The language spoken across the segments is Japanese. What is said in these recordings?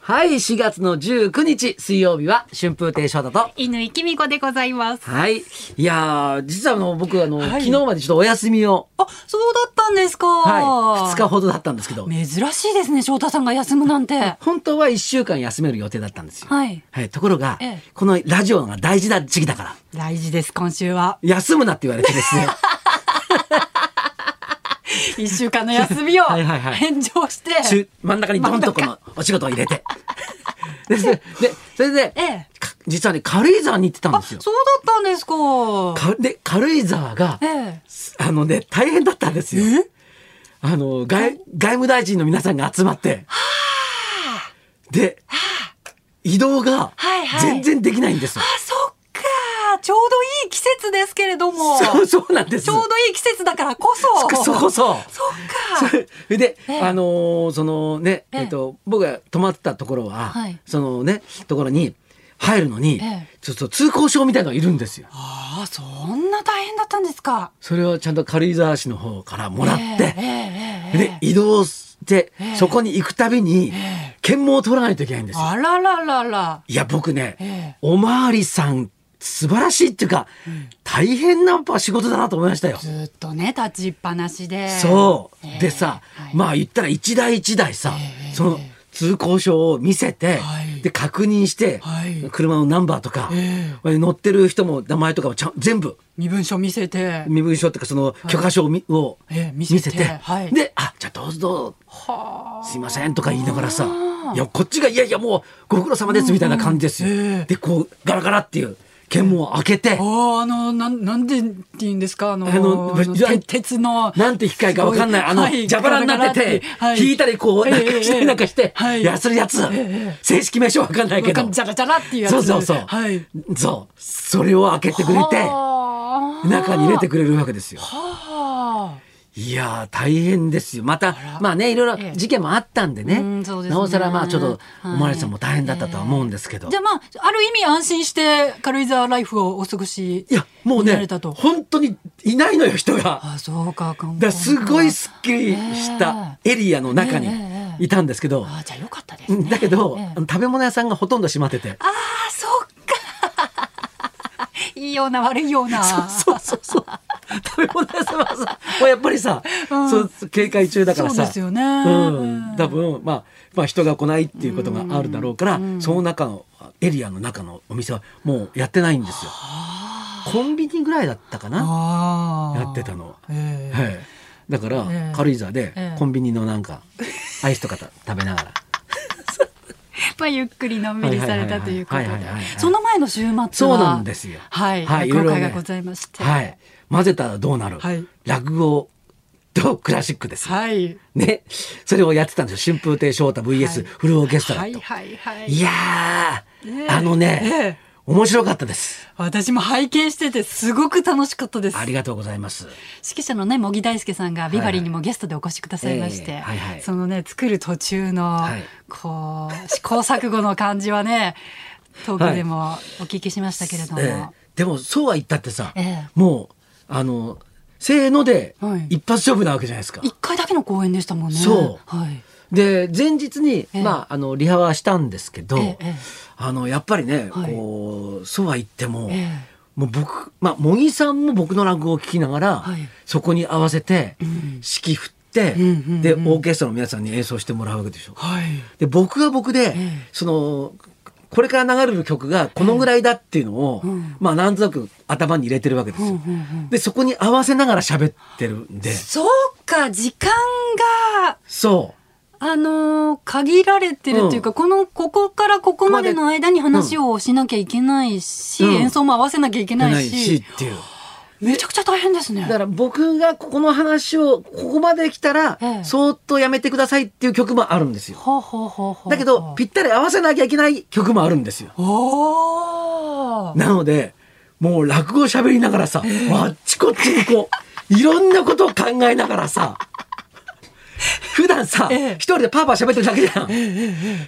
はい、4月の19日水曜日は春風亭昇太と。犬きみこでございます。はい。いやー、実はあの、僕、あの、はい昨日までちょっとお休みを、あ、そうだったんですか。はい、2日ほどだったんですけど、珍しいですね、翔太さんが休むなんて。本当は1週間休める予定だったんですよ。はい。はい、ところが、ええこのラジオが大事な時期だから、大事です、今週 は。休むなって言われてです ね。一週間の休みをはいはいはい返上して。中真ん中にドンとこのお仕事を入れて。 で、それで、それでええか実はね、軽井沢に行ってたんあ、ですそうよだ。ったんですか。かで、軽井沢がえ、え。あのね、大変だったんですよ。あの、外、外務大臣の皆さんが集まって。で、移動がはいはい全然できないんですよ。あ、そっか。ちょうどいい季節ですけれども。そう、そうなんです。ちょうどいい季節だからこそ。そこそ。そっそか。れで、ええあのーそのね、えええっ、と、僕が泊まってたところは、はいそのね、ところに入るのに、ええちょっと通行証みたいのがいるんですよ。ああ、そんな大変だったんですか。それをちゃんと軽井沢市の方からもらって、ええええええで、移動して、ええそこに行くたびに、検問を取らないといけないんですよ。あらららら。いや、僕ね、ええおまわりさん、素晴らしいっていうか、大変なやっぱ仕事だなと思いましたよ。ずっとね立ちっぱなしでそう、ええでさ、はいまあ言ったら一台一台さ、ええその通行証を見せて、はいで確認して、はい車のナンバーとか、え乗ってる人も名前とかもちゃん全部身分証見せて身分証っていうかその許可証を,、をええ見見せせてて、はいで「あじゃあどうぞどうぞはすいません」とか言いながらさいやこっちが「いやいやもうご苦労様です」みたいな感じですよ。うんうんええでこうガラガラっていう検問を開けて。あああのなんなんでって言うんですかあのあのあのいや鉄鉄のなんて機械かわかんない、あの、はい蛇腹になってて、はい引いたりこう、なんかしえたえりなんかして、はいやするやつ、正式名称わかんないけわかどん。じゃらじゃらっていうやつそうそうそう。はいそう。それを開けてくれて、はあ中に入れてくれるわけですよ。はあいやー、大変ですよ。また、まあね、いろいえろえ事件もあったんでね。うんそうですねなおさら、まあちょっと、おはいまわりさんも大変だったとは思うんですけど。じゃあまあある意味安心して軽井沢ライフをお過ごしいや、もうになねれた、と本当にいないのよ、人が。あそうか観光だからすごいすっきりしたエリアの中にええええええいたんですけど、あじゃあよかったですうんねだけど、ええあの食べ物屋さんがほとんど閉まってて。ああ、そっか。 いいような悪いような。 そうそうそう。食べ物屋さんはさ、もうやっぱりさ、うんそう警戒中だからさ。そうですよねうんうん多分、まあ、まあ人が来ないっていうことがあるだろうから、その中の、エリアの中のお店はもうやってないんですよ。コンビニぐらいだったかなああ。やってた。のは。ええはい。だから、ええ軽井沢でええコンビニのなん か、アイスとかた食べながら。まあ、ゆっくりのんびりされたということではいはいはいはいはいはいはい。その前の週末は。そうなんですよ。はい。はい、いろい落語会ろがねございまして。はい。混ぜたらどうなる、はい落語とクラシックです。はい。ね。それをやってたんですよ。春風亭昇太 VS、はいフルオーケストラと。はいいはいはい。やー、ええあのね、ええ面白かったです。私も拝見しててすごく楽しかったです。ありがとうございます。指揮者のね茂木大輔さんがビバリーにもゲストでお越しくださいまして、ええはいはいそのね作る途中の、はいこう試行錯誤の感じはねトークでもお聞きしましたけれども、ええでも、そうは言ったってさ、ええもう、あの、せーのではい、一発勝負なわけじゃないですか。一回だけの公演でしたもんね。そうはい。で前日に、ええまあ、あのリハはしたんですけど、ええええあのやっぱりね、はいこうそうは言っても、ええもう僕、まあ、茂木さんも僕の落語を聞きながら、はいそこに合わせて指揮振って、うんうんうんでオーケストラの皆さんに演奏してもらうわけでしょ。はい。で僕は僕で、えそのこれから流れる曲がこのぐらいだっていうのを、ええうんまあなんとなく頭に入れてるわけですよ。うんうんうんでそこに合わせながら喋ってるんでそうか時間がそう。あのー限られてるっていうか、このここからここまでの間に話をしなきゃいけないし、うん演奏も合わせなきゃいけないし、っていう。めちゃくちゃ大変ですね。だから僕がここの話をここまで来たら、ええそーっとやめてくださいっていう曲もあるんですよ。ほうほうほうほうだけど、ぴったり合わせなきゃいけない曲もあるんですよ。おーなので、もう落語喋りながらさ、あっちこっちにこう、いろんなことを考えながらさ、普段さ、ええ一人でパーパー喋ってるだけじゃん。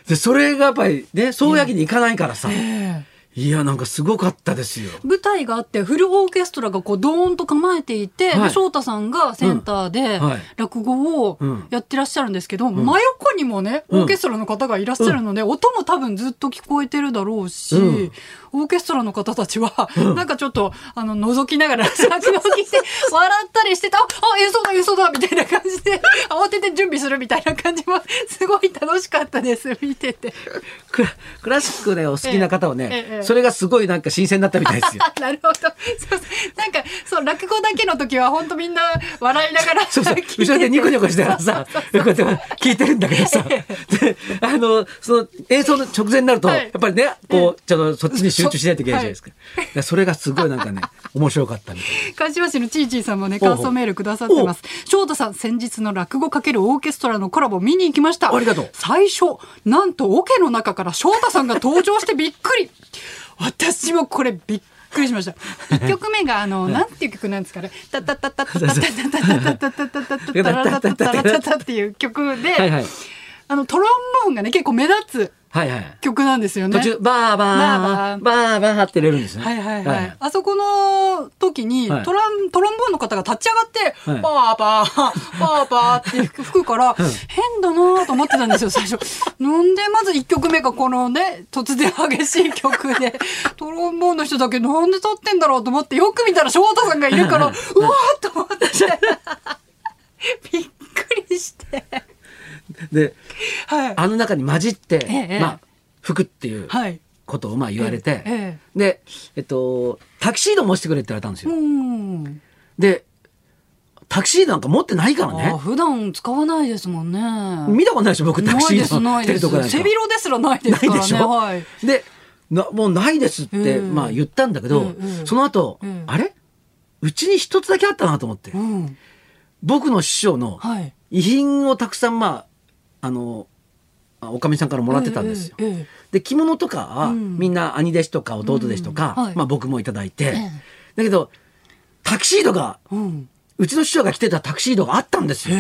で、それがやっぱりね、そうやきにいかないからさ、ええいやなんかすごかったですよ。舞台があってフルオーケストラがこうドーンと構えていて、はいで翔太さんがセンターでうんはい落語をうんやってらっしゃるんですけど、真横にもねオーケストラの方がいらっしゃるので、音も多分ずっと聞こえてるだろうし、うんオーケストラの方たちは、なんかちょっとあの覗きながら 先覗きして笑ったりしてたああ演奏だ演奏だみたいな感じで慌てて準備するみたいな感じもすごい楽しかったです見てて。クラクラシックでお好きな方はね、ええええそれがすごいなんか新鮮だったみたいですよ。あなるほど。そうそうなんか、そう、落語だけの時は、本当みんな笑いながら。そうそう 聞いてて後ろでニコニコしながらさ、こうやって聞いてるんだけどさ、で、あの、その演奏の直前になると、はいやっぱりね、こう、ちょっとそっちに集中しないといけないじゃないですか。だからそれがすごいなん かね、面白かったみたい柏市のちいちいさんもね、ほうほ感う想メールくださってます。翔太さん、先日の落語かけるオーケストラのコラボ見に行きました。ありがとう最初、なんとオケの中から翔太さんが登場してびっくり。私もこれびっくりしました。一曲目が、あの、なんていう曲なんですかね。たたたたたたたたたたたたたたたたらたたたらたたっていう曲で、な。はいはい。あの、トロンボーンがね、結構目立つはいはい。曲なんですよね。途中、バーババーバー、ーバーバーって入れるんですね。はいはいはい。あそこの時に、はいトラン、トロンボーンの方が立ち上はいがって、パーパー、パーパーって吹 くから、変だなぁと思ってたんですよ、最初。なんでまず1曲目がこのね、突然激しい 曲で、トロンボーンの人だけなんで立ってんだろうと思って、よく見たら翔太さんがいるから、うわーと思って、 びっくりして。で、はい。あの中に混じって、ええまあ、服っていうはい。ことをまあ言われて、ええで、えっと、タキシードもしてくれって言われたんですうよ。ん。で、タキシードなんか持ってないからあね。普段使わないですもんね。見たことないでしょ、僕、タキシードな着ていでるす、とこなないんかです。背広ですらないですからないね。でしょ、はい。でなもうないですって、うんまあ言ったんだけど、うんうんその後、うんあれうちに一つだけあったなと思って、うん。僕の師匠のはい。遺品をたくさんまああのあおかみさんからもらってたんですよ。ええええで着物とかは、うんみんな兄弟子とか弟弟子とか、うんはいまあ、僕もいただいて、ええだけどタキシードがうん。うちの師匠が着てたタキシードがあったんですよ。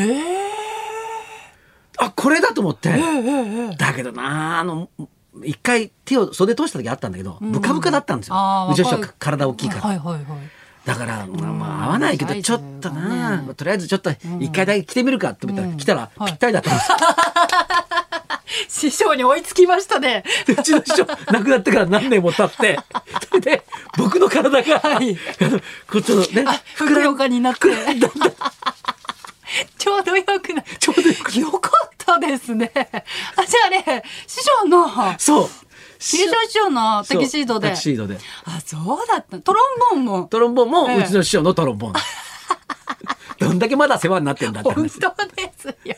あこれだと思って、ええええだけどなあの一回手を袖通した時あったんだけど、んブカブカだったんですよあーうちの人わはかる体大きいから、はいはいはい。だから、まあ、うんまあ合わないけどサイズちょっとなあ、ねとりあえずちょっと一回だけ着てみるかと思ったら、うん来たらはいぴったりだったんですよ、師匠に追いつきましたね。 でうちの師匠亡くなってから何年も経って それで僕の体が、はいあの こっちのねふくよかになって。 ちょうどよくなちょうどよかったですね。あ、じゃあね、師匠の、そう師匠師匠のタキシードそうでタ。キシードであ、そうだった。トロンボーンも。トロンボーンもええうちの師匠のトロン ボーン、どんだけまだ世話になってんだって本話当ですよ。で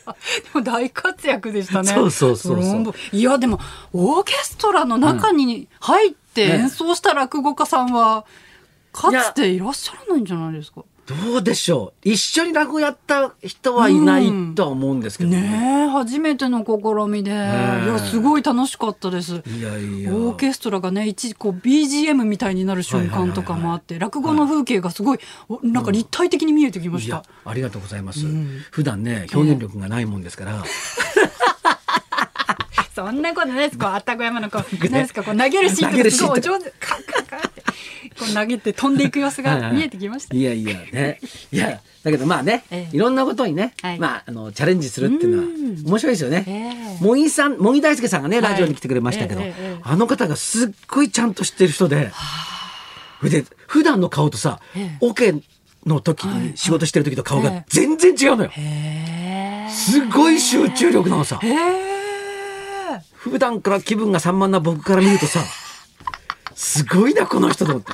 も大活躍でしたね。そうそうそうそうトロンボいやでもオーケストラの中に入ってうん演奏した落語家さんは、かつていらっしゃらないんじゃないですか。どうでしょう一緒に落語やった人はいないとは思うんですけどね。ねえ初めての試みで、いえやすごい楽しかったです。いやいや。オーケストラがね一時こう BGM みたいになる瞬間とかもあって、落語の風景がすごいおなんか立体的に見えてきまいしたや。、ありがとうございます。ん普段ね、表現力がないもんですから、そんなことないです。こう、あったこ山のこう、ねなんですか、こう、投げるシー投げるンとシすーンごいおと上手。カンカンカンって、こう、投げて飛んでいく様子はいは がい見えてきました。いやいやね。いや、だけどまあねえ、えいろんなことにねは、いまあ、あの、チャレンジするっていうのはうん面白いですよねえ。え茂木さん、茂木大輔さんがね、はいラジオに来てくれましたけどええええええ、あの方がすっごいちゃんと知ってる人で、それで、普段の顔とさええ、オケの時はいはにい仕事してる時と顔えがえ全然違うのよ。へえ。すごい集中力なのさ。へえ。普段から気分が散漫な僕から見るとさ、すごいな、この人と思って。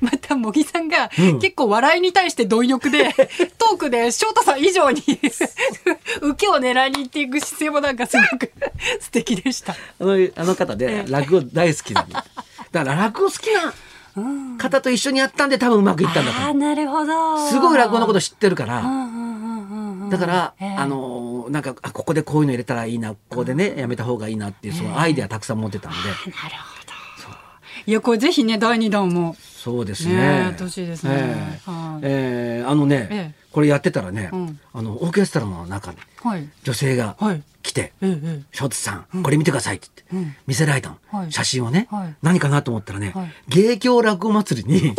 また、茂木さんが、うん結構笑いに対して貪欲で、トークで翔太さん以上に、受けを狙いに行っていく姿勢もなんかすごく素敵でした。あの、あの方でええ落語大好きなんだ。だから落語好きなうん。方と一緒にやったんで多分うまくいったんだと思ああ、なるほど。う。すごい落語のこと知知ってるかうら、んうんうんうん。だから、ええあ、の、なんか、あここでこういうの入れたらいいな、ここでね、やめた方がいいなっていう、そのアイデアたくさん持ってたんで。なるほど。いや、これぜひね、第2弾もそうですねえやねっ。てほしいですねええはいええあのね、ええこれやってたらね、うんあのオーケストラの中にはい。女性がはい。来て、えええショーツさん、これ見てくださいって言って、うん見せられたの、はい写真をね、はい何かなと思ったらね、はい芸協落語祭りに、え。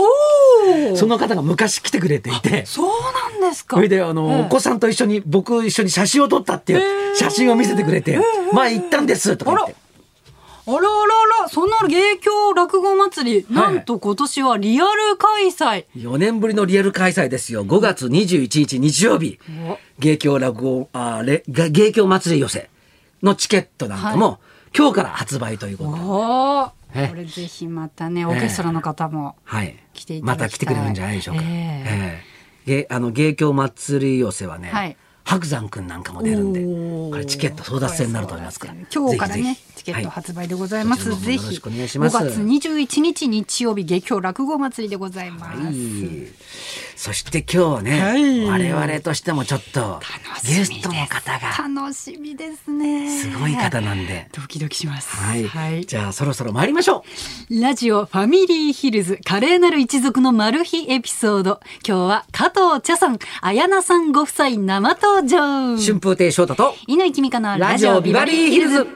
おお。その方が昔来てくれていて、そうなんですか。それであの、ええお子さんと一緒に僕一緒に写真を撮ったっていえうえ写真を見せてくれて、前行ったんですとか言ってあらあらあら、そんな芸協落語祭り、はいなんと今年はリアル開催。 4年ぶりのリアル開催ですよ5月21日日曜日お芸協落語あれが芸協祭り寄せのチケットなんかも、今日から発売ということでおお。えこれぜひまたね、オーケストラの方も。はい来ていただまきたいた来てくれるんじゃないでしょうか、ええええげあの芸協祭り寄せはね、はい白山くんなんかも出るんでおーこれチケット争奪戦になると思いますから今日からぜねひぜひチケット発売でございます、はいぜこちらの方もよろひしくお願いします5月21日日曜日芸協落語祭りでございます、はい、そして今日はね、はい我々としてもちょっと楽しみゲですストの方が楽しみですねすごい方なんで、ドキドキしますはいじゃあそろそろ参りましょラジオファミリーヒルズ華麗なる一族のマル秘エピソード今日は加藤茶さん綾菜さんご夫妻生登場う春風亭昇太と井上君香のラジオビバリーヒルズ